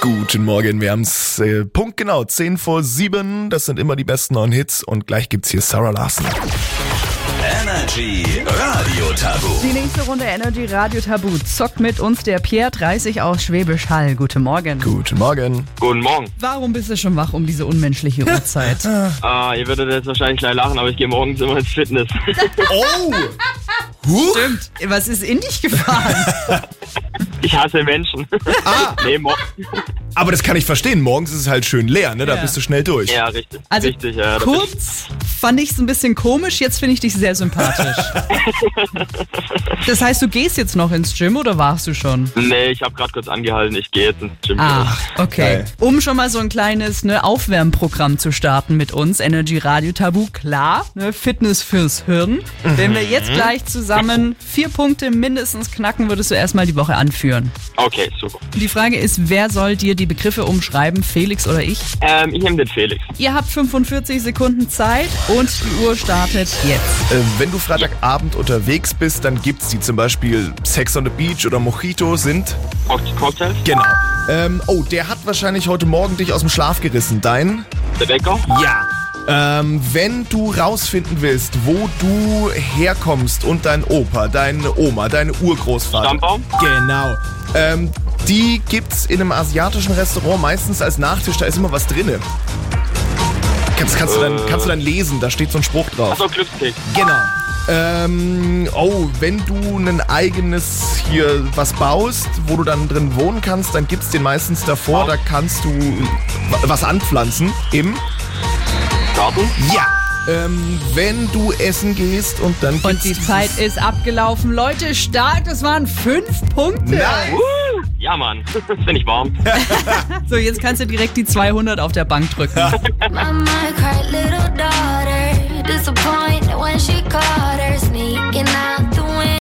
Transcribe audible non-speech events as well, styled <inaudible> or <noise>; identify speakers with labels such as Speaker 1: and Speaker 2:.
Speaker 1: Guten Morgen, wir haben es äh, punktgenau, 10 vor 7, das sind immer die besten neuen Hits und gleich gibt's hier Sarah Larsen.
Speaker 2: Energy Radio Tabu.
Speaker 3: Die nächste Runde Energy Radio Tabu zockt mit uns der Pierre 30 aus Schwäbisch Hall. Guten Morgen.
Speaker 1: Guten Morgen.
Speaker 4: Guten Morgen.
Speaker 3: Warum bist du schon wach um diese unmenschliche Uhrzeit?
Speaker 4: Ah, ihr würdet jetzt wahrscheinlich gleich lachen, aber ich gehe morgens immer ins Fitness.
Speaker 1: Oh! Huch!
Speaker 3: Stimmt. Was ist in dich gefahren?
Speaker 4: Ich hasse Menschen.
Speaker 1: Ah,
Speaker 4: <laughs> Nee, mor
Speaker 1: aber das kann ich verstehen, morgens ist es halt schön leer, ne? da
Speaker 3: Ja.
Speaker 1: bist du schnell durch.
Speaker 4: ja, richtig.
Speaker 3: Also
Speaker 4: richtig, ja. da bin ich-
Speaker 3: kurz fand ich es ein bisschen komisch, jetzt finde ich dich sehr sympathisch.
Speaker 4: <laughs>
Speaker 3: das heißt, du gehst jetzt noch ins Gym oder warst du schon?
Speaker 4: Nee, ich habe gerade kurz angehalten, ich gehe jetzt ins Gym.
Speaker 3: Ach, okay.
Speaker 1: Geil.
Speaker 3: Um schon mal so ein kleines ne, Aufwärmprogramm zu starten mit uns, Energy Radio Tabu, klar, ne, Fitness fürs Hirn. Wenn wir jetzt gleich zusammen vier Punkte mindestens knacken, würdest du erstmal die Woche anführen.
Speaker 4: Okay, super.
Speaker 3: Die Frage ist, wer soll dir die Begriffe umschreiben, Felix oder ich?
Speaker 4: Ähm, ich nehme den Felix.
Speaker 3: Ihr habt 45 Sekunden Zeit und die Uhr startet jetzt.
Speaker 1: Äh, wenn du Freitagabend unterwegs bist, dann gibt's die zum Beispiel Sex on the Beach oder Mojito sind...
Speaker 4: Cock Cocktails,
Speaker 1: Genau. Ähm, oh, der hat wahrscheinlich heute Morgen dich aus dem Schlaf gerissen, dein...
Speaker 4: der Wecker.
Speaker 1: Ja. Ähm, wenn du rausfinden willst, wo du herkommst und dein Opa, deine Oma, deine Urgroßvater.
Speaker 4: Stammbaum?
Speaker 1: Genau. Ähm, die gibt's in einem asiatischen Restaurant meistens als Nachtisch, da ist immer was drinne. Kannst, kannst, du, dann, kannst du dann lesen, da steht so ein Spruch drauf.
Speaker 4: Achso, Glückskeks.
Speaker 1: Genau. Ähm, oh, wenn du ein eigenes hier was baust, wo du dann drin wohnen kannst, dann gibt's den meistens davor, da kannst du was anpflanzen im
Speaker 4: Garten.
Speaker 1: ja. Ähm, wenn du essen gehst und dann
Speaker 3: Und
Speaker 1: gibt's
Speaker 3: die
Speaker 1: dieses-
Speaker 3: Zeit ist abgelaufen. Leute, stark, das waren fünf Punkte.
Speaker 1: Nein.
Speaker 4: Uh, ja, Mann. <laughs> Bin ich warm.
Speaker 3: So, jetzt kannst du direkt die 200 auf der Bank drücken.
Speaker 5: Mama cried, little daughter.